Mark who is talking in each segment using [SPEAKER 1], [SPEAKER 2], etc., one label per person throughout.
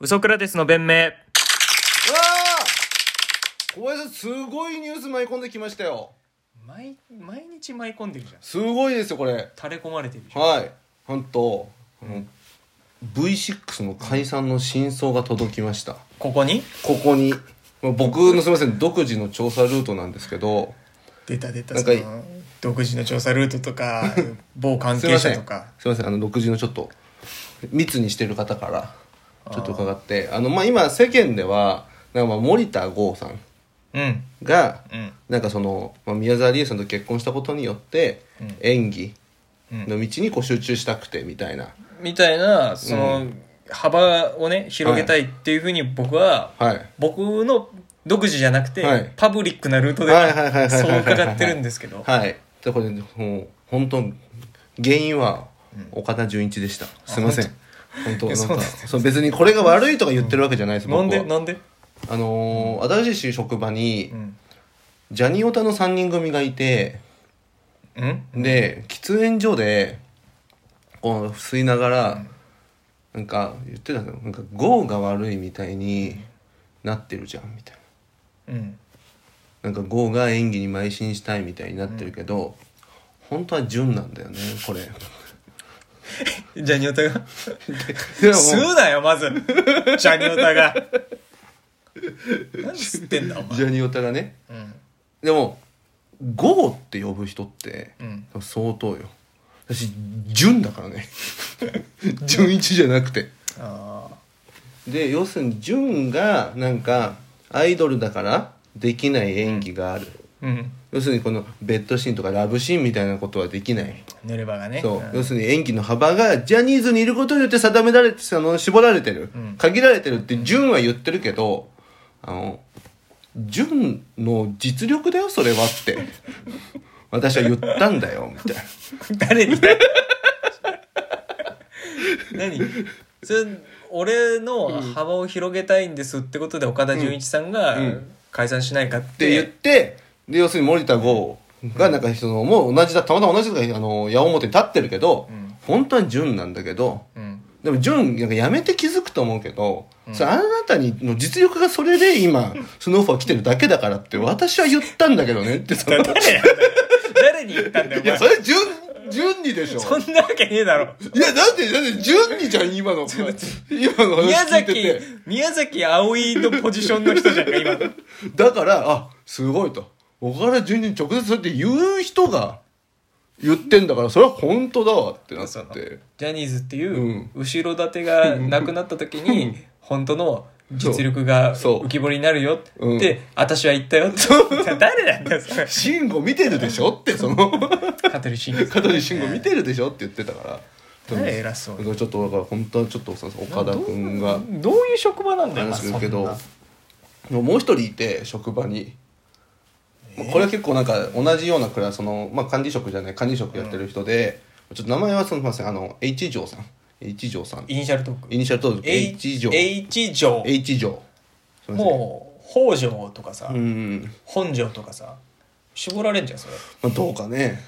[SPEAKER 1] ウソクラテスの弁明。
[SPEAKER 2] わー小林さんすごいニュース舞い込んできましたよ
[SPEAKER 1] 毎、毎日舞い込んでるじゃん。
[SPEAKER 2] すごいですよこれ
[SPEAKER 1] 垂れ込まれてるじゃん。
[SPEAKER 2] はい本当、この V6 の解散の真相が届きました
[SPEAKER 1] ここに
[SPEAKER 2] ここにまあ僕のすみません独自の調査ルートなんですけど
[SPEAKER 1] 出た出た、
[SPEAKER 2] なん
[SPEAKER 1] そ
[SPEAKER 2] か
[SPEAKER 1] の、独自の調査ルートと か、某関
[SPEAKER 2] すみ
[SPEAKER 1] 係
[SPEAKER 2] ませ
[SPEAKER 1] 者
[SPEAKER 2] ん
[SPEAKER 1] とか。
[SPEAKER 2] すみませんあの独自のちょっと密にしてる方からちょっと伺ってあのまあ今世間ではなんかまあ森田剛さん
[SPEAKER 1] うん。
[SPEAKER 2] が
[SPEAKER 1] うん。
[SPEAKER 2] なんかその、まあ、宮沢りえさんと結婚したことによって、
[SPEAKER 1] うん
[SPEAKER 2] 演技
[SPEAKER 1] うん
[SPEAKER 2] の道にこう集中したくてみたいな、
[SPEAKER 1] みたいな、その、
[SPEAKER 2] う
[SPEAKER 1] 幅をね、広げたいっていうふうに僕は、
[SPEAKER 2] はい
[SPEAKER 1] 僕の独自じゃなくて、
[SPEAKER 2] はい
[SPEAKER 1] パブリックなルートで
[SPEAKER 2] はいはいはいはいはいはい
[SPEAKER 1] そう伺ってるんですけど、
[SPEAKER 2] はいでこれもう本当原因は岡田准一でした、すいません本当
[SPEAKER 1] いや
[SPEAKER 2] な
[SPEAKER 1] そ
[SPEAKER 2] ん
[SPEAKER 1] う
[SPEAKER 2] か
[SPEAKER 1] なんです
[SPEAKER 2] そう別にこれが悪いとか言ってるわけじゃないです、
[SPEAKER 1] なんで
[SPEAKER 2] 僕は
[SPEAKER 1] なんで、
[SPEAKER 2] あのー新しい職場に
[SPEAKER 1] うん、
[SPEAKER 2] ジャニオタの3人組がいて
[SPEAKER 1] うん
[SPEAKER 2] で喫煙所でこう吸いながらなんか言ってたのなんか「業が悪い」みたいになってるじゃんみたいな
[SPEAKER 1] うん
[SPEAKER 2] なんかゴーが演技に邁進したいみたいになってるけど、本当は純なんだよねこれ
[SPEAKER 1] ジャニオタが
[SPEAKER 2] でも
[SPEAKER 1] 吸うなよ まずジャニオタ が何吸ってんだお前
[SPEAKER 2] ジャニオタがね
[SPEAKER 1] うん
[SPEAKER 2] でもゴーって呼ぶ人って
[SPEAKER 1] うん
[SPEAKER 2] 相当よ私純だからね 純一じゃなくて
[SPEAKER 1] あ
[SPEAKER 2] で要するに純がなんかアイドルだからできない演技がある、
[SPEAKER 1] ーうん
[SPEAKER 2] 要するにこのベッドシーンとかラブシーンみたいなことはできない
[SPEAKER 1] 濡れ場がね
[SPEAKER 2] そう、
[SPEAKER 1] ん
[SPEAKER 2] 要するに演技の幅がジャニーズにいることによって定められてその絞られてる、
[SPEAKER 1] うん
[SPEAKER 2] 限られてるって純は言ってるけどあの純の実力だよそれはって 私は言ったんだよみたいな
[SPEAKER 1] 誰 に何それ俺の幅を広げたいんですってことで岡田准一さんが
[SPEAKER 2] うん
[SPEAKER 1] 解散しないかっ
[SPEAKER 2] って言っててで要するに森田剛がなんかそのもう同じだたまたま同じだからあの矢面に立ってるけど、
[SPEAKER 1] うん
[SPEAKER 2] 本当は純なんだけど
[SPEAKER 1] うん
[SPEAKER 2] でも純なんかやめて気づくと思うけど、それあなたにの実力がそれ で今スノーファー来てるだけだからって私は言ったんだけどねってその
[SPEAKER 1] 誰やねん誰に言ったんだよ
[SPEAKER 2] いや、
[SPEAKER 1] お
[SPEAKER 2] それ、順、順にでしょ。
[SPEAKER 1] 前そんなわけねえだろ
[SPEAKER 2] いや、だって、だって、順にじゃん、今の。今の
[SPEAKER 1] 宮
[SPEAKER 2] 話聞い
[SPEAKER 1] 崎
[SPEAKER 2] てて。、
[SPEAKER 1] 宮崎葵のポジションの人じゃんか、今。
[SPEAKER 2] だから、あ、すごいと。岡田順に直接そうやって言う人が言ってんだから、それは本当だわってなっ
[SPEAKER 1] その
[SPEAKER 2] て。、
[SPEAKER 1] ジャニーズっていううん後ろ盾 がなくなった時に、本当の実力が
[SPEAKER 2] そう
[SPEAKER 1] 浮き彫りになるよ
[SPEAKER 2] う
[SPEAKER 1] っ
[SPEAKER 2] ん
[SPEAKER 1] て、私は言ったよって。誰なんだよ、それ。
[SPEAKER 2] 慎吾見てるでしょって、その、
[SPEAKER 1] 香取慎吾さ
[SPEAKER 2] 香
[SPEAKER 1] ん。
[SPEAKER 2] 取慎吾見てるでしょって言ってたから。
[SPEAKER 1] 誰偉そうに
[SPEAKER 2] だからちょっと、だから本当はちょっとさ、岡田君が
[SPEAKER 1] どういう職場なんだよ、まあ
[SPEAKER 2] 話す
[SPEAKER 1] そんな
[SPEAKER 2] るけど、もうもう一人いて職場に、まあこれは結構なんか同じようなクラスの、まあ、管理職じゃない管理職やってる人で、ちょっと名前はすみませんあの H 城さん H 城さん
[SPEAKER 1] イニシャルトーク。
[SPEAKER 2] イニシャルトーク H 城
[SPEAKER 1] H 城。
[SPEAKER 2] H 城すみません
[SPEAKER 1] もう、北条とかさ
[SPEAKER 2] う、ん、
[SPEAKER 1] 本城とかさ、絞られんじゃん、それ。
[SPEAKER 2] まあ、どうかね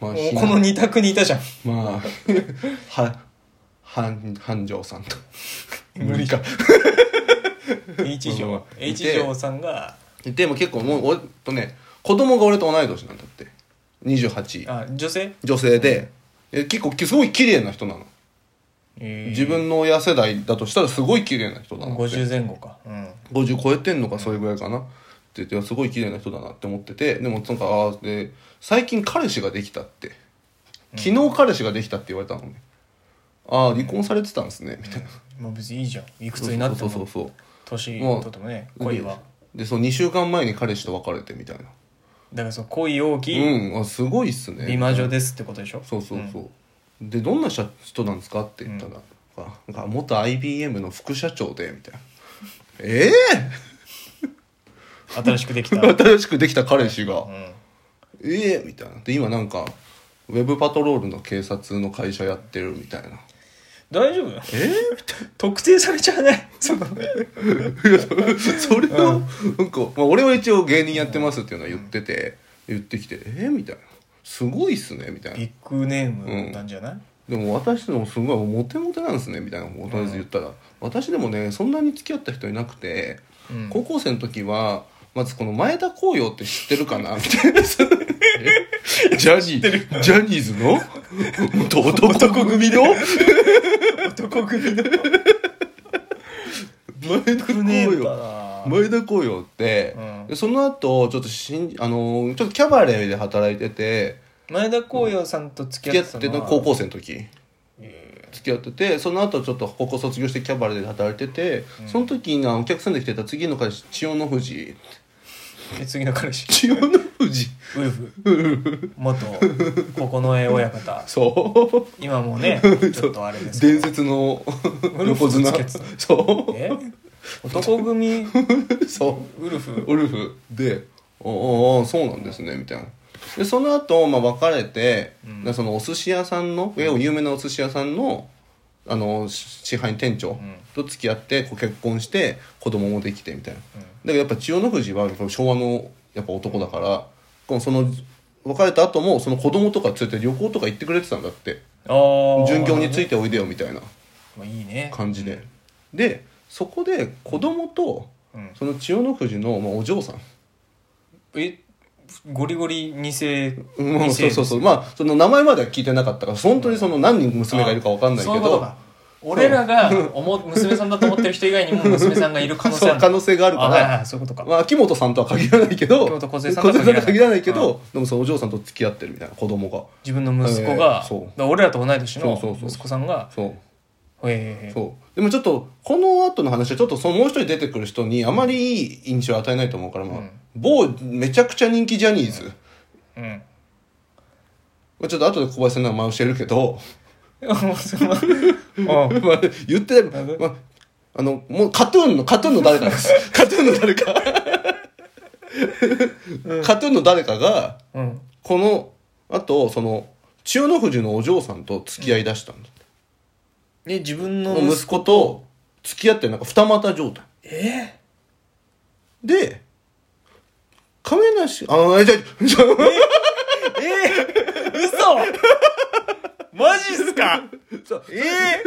[SPEAKER 2] まあ
[SPEAKER 1] もう
[SPEAKER 2] ひな
[SPEAKER 1] この二択にいたじゃん。
[SPEAKER 2] まあ は繁繁盛さんと
[SPEAKER 1] 無理か H
[SPEAKER 2] まあ
[SPEAKER 1] 城
[SPEAKER 2] まあ
[SPEAKER 1] H 城さんが
[SPEAKER 2] いても結構もう俺とね子供が俺と同い年なんだって28
[SPEAKER 1] あ女性、
[SPEAKER 2] 女性で、え結構きすごい綺麗な人なの、
[SPEAKER 1] えー
[SPEAKER 2] 自分の親世代だとしたらすごい綺麗な人だなって
[SPEAKER 1] 50前後か、うん、
[SPEAKER 2] 50超えてんのかそれぐらいかなって言ってすごい綺麗な人だなって思っててでもなんかあーで最近彼氏ができたって昨日彼氏ができたって言われたのね、ああ離婚されてたんですねみたいな、
[SPEAKER 1] もう別にいいじゃんいくつになって
[SPEAKER 2] そうそう
[SPEAKER 1] も
[SPEAKER 2] そう
[SPEAKER 1] 年
[SPEAKER 2] もう
[SPEAKER 1] とってもね
[SPEAKER 2] そう
[SPEAKER 1] 恋は
[SPEAKER 2] でそう2週間前に彼氏と別れてみたいな
[SPEAKER 1] だからその恋多き
[SPEAKER 2] うんあすごいっすね
[SPEAKER 1] 美魔女ですってことでしょ
[SPEAKER 2] そうそうそう、でどんな社人なんですかって言ったら、なんか元 IBM の副社長で みたいなえ
[SPEAKER 1] 新しくでき
[SPEAKER 2] え
[SPEAKER 1] た、うん、
[SPEAKER 2] 新しくできた彼氏が、ええみたいなで今なんかウェブパトロールの警察の会社やってるみたいな
[SPEAKER 1] 大丈夫
[SPEAKER 2] え
[SPEAKER 1] 特定されちゃわないその
[SPEAKER 2] え それを、なんか、まあ、俺は一応芸人やってますっていうのは言ってて、言ってきてええみたいなすごいっすねみたいな
[SPEAKER 1] ビッグネームなんじゃない、
[SPEAKER 2] でも私でもすごいモテモテなんですねみたいなことをとりあえず言ったら、私でもねそんなに付き合った人いなくて、
[SPEAKER 1] うん
[SPEAKER 2] 高校生の時はまずこの前田光陽って知ってるかなみたい なジャニージャニーズの男 男組の
[SPEAKER 1] 男組の
[SPEAKER 2] 前田
[SPEAKER 1] ク
[SPEAKER 2] 光
[SPEAKER 1] ネー
[SPEAKER 2] 陽
[SPEAKER 1] バー
[SPEAKER 2] 前田光陽って、
[SPEAKER 1] うん
[SPEAKER 2] でその後ちょっとしんあのーちょっとキャバレーで働いてて
[SPEAKER 1] 前田光陽さんと付き
[SPEAKER 2] 付
[SPEAKER 1] 合
[SPEAKER 2] き
[SPEAKER 1] ってた
[SPEAKER 2] 合って
[SPEAKER 1] の
[SPEAKER 2] た
[SPEAKER 1] は
[SPEAKER 2] 高校生の時付き合っててその後ちょっと高校卒業してキャバレーで働いてて、その時にあのお客さんで来てた次の彼氏千代の富士
[SPEAKER 1] え次の彼氏
[SPEAKER 2] 千代の富士
[SPEAKER 1] ウルフ元九重親方
[SPEAKER 2] そう
[SPEAKER 1] 今もうねちょっとあれですけ
[SPEAKER 2] 伝
[SPEAKER 1] ど
[SPEAKER 2] 説 の
[SPEAKER 1] ルフ
[SPEAKER 2] 横綱
[SPEAKER 1] と付き合っ
[SPEAKER 2] そ
[SPEAKER 1] え男組
[SPEAKER 2] うそう
[SPEAKER 1] ウルフ
[SPEAKER 2] ウルフで「ああそうなんですね」みたいなでその後、まあ別れて、
[SPEAKER 1] うん
[SPEAKER 2] でそのお寿司屋さんの有名なお寿司屋さんのあのし支配店長
[SPEAKER 1] ん
[SPEAKER 2] と付き合ってこう結婚して子供もできてみたいな、
[SPEAKER 1] うん
[SPEAKER 2] だけどやっぱ千代の富士はやっぱ昭和のやっぱ男だからこのその別れた後もその子供とか連れて旅行とか行ってくれてたんだって
[SPEAKER 1] あー
[SPEAKER 2] 巡業についておいでよみたいな
[SPEAKER 1] まあいいね
[SPEAKER 2] 感じで、でそこで子供と
[SPEAKER 1] うん
[SPEAKER 2] その千代の富士の、まあ、お嬢さん
[SPEAKER 1] えゴリゴリ二世
[SPEAKER 2] う
[SPEAKER 1] 二
[SPEAKER 2] ん、
[SPEAKER 1] 世
[SPEAKER 2] そうそうそうまあその名前までは聞いてなかったから本当にその何人娘がいるか分かんないけ
[SPEAKER 1] あそういうこと
[SPEAKER 2] ど
[SPEAKER 1] か俺らが思う娘さんだと思ってる人以外にも娘さんがいる可能性あ
[SPEAKER 2] そう
[SPEAKER 1] る
[SPEAKER 2] 可能性があるか
[SPEAKER 1] あはい
[SPEAKER 2] ら
[SPEAKER 1] はいそういうことか
[SPEAKER 2] まあ、秋元さんとは限らないけど
[SPEAKER 1] 秋元梢さんとは限らない
[SPEAKER 2] 梢限らないけどでもそのお嬢さんと付き合ってるみたいな子供が
[SPEAKER 1] 自分の息子が
[SPEAKER 2] えーそう
[SPEAKER 1] だから俺らと同い年の
[SPEAKER 2] そうそうそう
[SPEAKER 1] 息子さんが
[SPEAKER 2] そう
[SPEAKER 1] へえ
[SPEAKER 2] そうでもちょっとこの後の話はちょっとそのもう一人出てくる人にあまりいい印象を与えないと思うから、まあ
[SPEAKER 1] うん
[SPEAKER 2] 某めちゃくちゃ人気ジャニーズ、
[SPEAKER 1] うん
[SPEAKER 2] ちょっと後で小林さんの名前教えるけど
[SPEAKER 1] そのうん
[SPEAKER 2] ま あ言って、まあ、あのもうカトゥーンのカトゥーンの誰かです カトゥーンの誰かカトゥーンの誰かが
[SPEAKER 1] うん
[SPEAKER 2] このあとその千代の富士のお嬢さんと付き合いだしたんだ、
[SPEAKER 1] で自分の
[SPEAKER 2] 息子と付き合ってなんか二股状態
[SPEAKER 1] え
[SPEAKER 2] で亀梨ああじゃあじゃ
[SPEAKER 1] ー、えー、嘘マジっすか
[SPEAKER 2] そう
[SPEAKER 1] え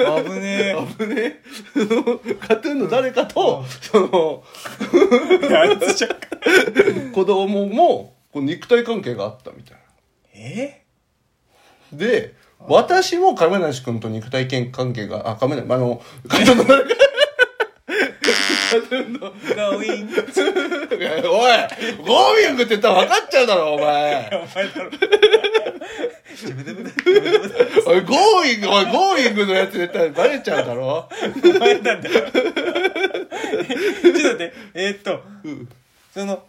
[SPEAKER 1] ー、危ね
[SPEAKER 2] あ危ねえそのカトゥーンの誰かと、その
[SPEAKER 1] えあいつじゃん
[SPEAKER 2] 子供もこう肉体関係があったみたいな
[SPEAKER 1] え
[SPEAKER 2] で、私も亀梨君と肉体犬関係が、あ、亀梨、あの、亀梨
[SPEAKER 1] ー、ガウィン
[SPEAKER 2] おい、ゴーミングって言ったら分かっちゃうだろ、お前。
[SPEAKER 1] お前だろ
[SPEAKER 2] おい、ゴーミング、おい、ゴーミングのやつ絶対バレちゃうだろ。
[SPEAKER 1] お前なんだよちょっと待ってえー、っとその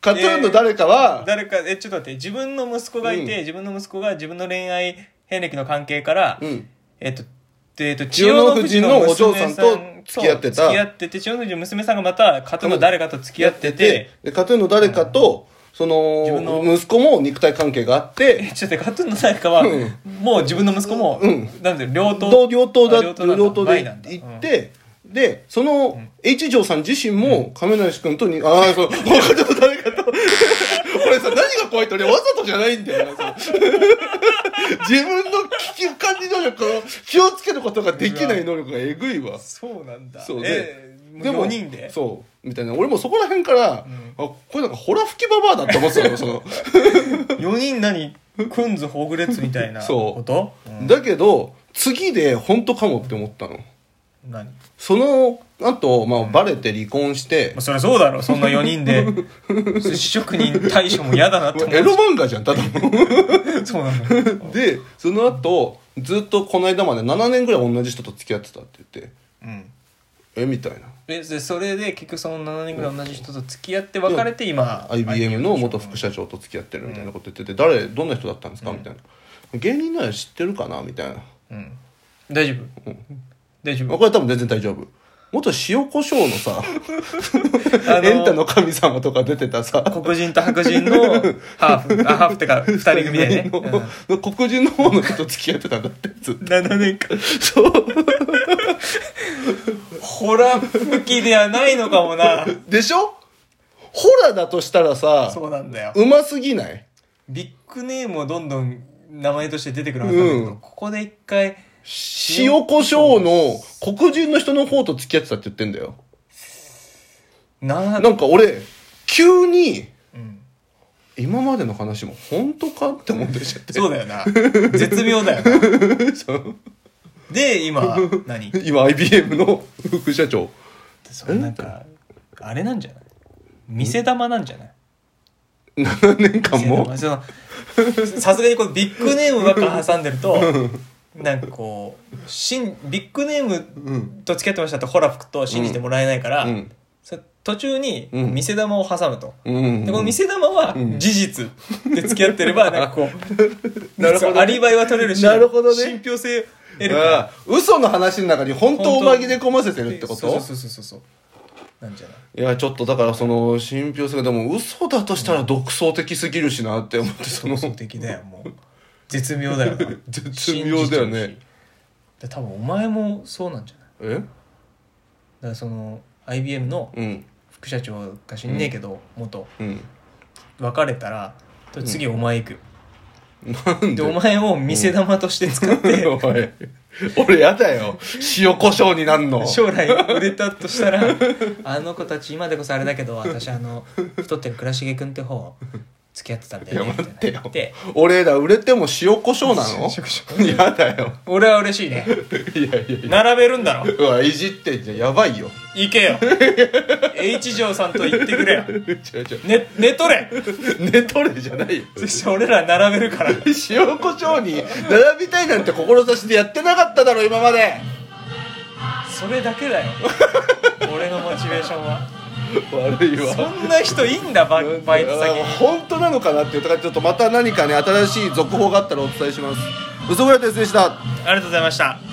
[SPEAKER 2] カトゥーンの誰かは、
[SPEAKER 1] 誰かえちょっと待って自分の息子がいて、
[SPEAKER 2] うん
[SPEAKER 1] 自分の息子が自分の恋愛遍歴の関係から、
[SPEAKER 2] うん。
[SPEAKER 1] えっとでえっと、千
[SPEAKER 2] 千代の富士のお嬢さんと付き合ってた
[SPEAKER 1] 付き合ってて千代の富士の娘さんがまた加藤の誰かと付き合ってて、
[SPEAKER 2] で、カトゥーンの誰かと、そ
[SPEAKER 1] 自分の
[SPEAKER 2] の、息子も肉体関係があって、
[SPEAKER 1] えちょっと待って加藤の誰かは、
[SPEAKER 2] う
[SPEAKER 1] もう自分の息子も、
[SPEAKER 2] うん
[SPEAKER 1] なんで両
[SPEAKER 2] 同
[SPEAKER 1] 党
[SPEAKER 2] 両党だ
[SPEAKER 1] あ
[SPEAKER 2] 両
[SPEAKER 1] 両党
[SPEAKER 2] 党
[SPEAKER 1] なんだ前
[SPEAKER 2] で
[SPEAKER 1] なんだ
[SPEAKER 2] 行って、でその H 城さん自身も亀梨君とに、ああそう 他の誰かと 俺さ何が怖いって俺わざとじゃないんだよなその 自分の危機管理能力を気をつけることができない能力がえぐいわ
[SPEAKER 1] そうなんだ
[SPEAKER 2] そう
[SPEAKER 1] えも
[SPEAKER 2] も
[SPEAKER 1] う4人で
[SPEAKER 2] そうみたいな俺もそこら辺から、あこれなんかホラ吹きババアだって思ってたのその
[SPEAKER 1] 4人何くんずほぐれつみたいな
[SPEAKER 2] そう
[SPEAKER 1] こと、うん
[SPEAKER 2] だけど次で本当かもって思ったの
[SPEAKER 1] 何ま
[SPEAKER 2] その後、まあバレて離婚して、
[SPEAKER 1] あそりゃそうだろそんな4人で寿司職人大将も嫌だなって思う
[SPEAKER 2] エロ漫画じゃんただの
[SPEAKER 1] そうなんだよ
[SPEAKER 2] でその後ずっとこの間まで7年ぐらい同じ人と付き合ってたって言って
[SPEAKER 1] うん
[SPEAKER 2] えみたいな
[SPEAKER 1] ででそれで結局その7年ぐらい同じ人と付き合って別れて今
[SPEAKER 2] IBM の元副社長と付き合ってるみたいなこと言ってて誰どんな人だったんですかみたいな芸人なら知ってるかなみたいな
[SPEAKER 1] うん大丈夫、大丈
[SPEAKER 2] まあ
[SPEAKER 1] 夫
[SPEAKER 2] これ多分全然大丈夫元塩コショウの さ
[SPEAKER 1] あの
[SPEAKER 2] エンタの神様とか出てたさ
[SPEAKER 1] 黒人と白人のハーフあハーフってか2人組でね、
[SPEAKER 2] の の黒人の方の人と付き合ってたんだってずっと
[SPEAKER 1] 7年間
[SPEAKER 2] そう
[SPEAKER 1] ホラ吹きではないのかもな
[SPEAKER 2] でしょホラだとしたらさ
[SPEAKER 1] そうなんだよ
[SPEAKER 2] うますぎない
[SPEAKER 1] ビッグネームをどんどん名前として出てくるはずなんだけど、
[SPEAKER 2] うん
[SPEAKER 1] ここで一回
[SPEAKER 2] 塩胡椒の黒人の人の方と付き合ってたって言ってんだよ。
[SPEAKER 1] な
[SPEAKER 2] なんか俺、急に、
[SPEAKER 1] うん、
[SPEAKER 2] 今までの話も本当かって思ってきちゃって。
[SPEAKER 1] そうだよ な絶妙だよな
[SPEAKER 2] そう
[SPEAKER 1] で今何 って
[SPEAKER 2] 今 IBM の副社長。
[SPEAKER 1] それなんかあれなんじゃない見せ玉なんじゃない
[SPEAKER 2] 7年間 も
[SPEAKER 1] 見。せ玉そのさすがにこのビッグネームばっか挟んでるとなんかこうしんビッグネーム
[SPEAKER 2] うん。
[SPEAKER 1] と付き合ってましたってホラ吹くと信じてもらえないから、
[SPEAKER 2] うん。
[SPEAKER 1] それ途中に
[SPEAKER 2] うん
[SPEAKER 1] 見せ玉を挟むと。
[SPEAKER 2] うん。
[SPEAKER 1] でこの見せ玉は
[SPEAKER 2] うん
[SPEAKER 1] 事実で付き合ってればなんかこう
[SPEAKER 2] なるほどね
[SPEAKER 1] アリバイは取れるし
[SPEAKER 2] なるほどね
[SPEAKER 1] 信憑性を得るか
[SPEAKER 2] あ
[SPEAKER 1] ら
[SPEAKER 2] あ嘘の話の中に本当を紛れ込ませてるってこと
[SPEAKER 1] そうそうそうそうそうなんじゃない
[SPEAKER 2] いやちょっとだからその信憑性がでも嘘だとしたら独創的すぎるしなって思ってその
[SPEAKER 1] 嘘的だよもう絶妙だよな
[SPEAKER 2] 絶妙だよ
[SPEAKER 1] 信
[SPEAKER 2] ね
[SPEAKER 1] じてほしいで多分お前もそうなんじゃない
[SPEAKER 2] え
[SPEAKER 1] だからその IBM の
[SPEAKER 2] うん
[SPEAKER 1] 副社長が知んねえけど、元
[SPEAKER 2] うん
[SPEAKER 1] 別れたら次お前行くよ、
[SPEAKER 2] なん
[SPEAKER 1] で
[SPEAKER 2] で
[SPEAKER 1] お前を見せ玉として使って、
[SPEAKER 2] お前俺やだよ塩コショウになん の
[SPEAKER 1] 将来売れたとしたら あの子たち今でこそあれだけど私あの太ってる倉重君って方付き合ってたんだよね
[SPEAKER 2] いや待ってよ
[SPEAKER 1] みたいな
[SPEAKER 2] 俺ら売れても塩コショウなの
[SPEAKER 1] 塩コシ
[SPEAKER 2] やだよ
[SPEAKER 1] 俺は嬉しいね
[SPEAKER 2] いやいやいや
[SPEAKER 1] 並べるんだろ
[SPEAKER 2] うわいじってんじゃんやばいよ
[SPEAKER 1] 行けよ H 城さんと言ってくれよ
[SPEAKER 2] 違う違う
[SPEAKER 1] 寝寝と れ
[SPEAKER 2] 寝とれじゃないよ
[SPEAKER 1] そして俺ら並べるから
[SPEAKER 2] 塩コショウに並びたいなんて志でやってなかっただろ今まで
[SPEAKER 1] それだけだよ俺のモチベーションは
[SPEAKER 2] 悪いわ
[SPEAKER 1] そんな人いいんだババイト先に
[SPEAKER 2] 本当なのかなっていうだからちょっとまた何かね新しい続報があったらお伝えします嘘村哲でした
[SPEAKER 1] ありがとうございました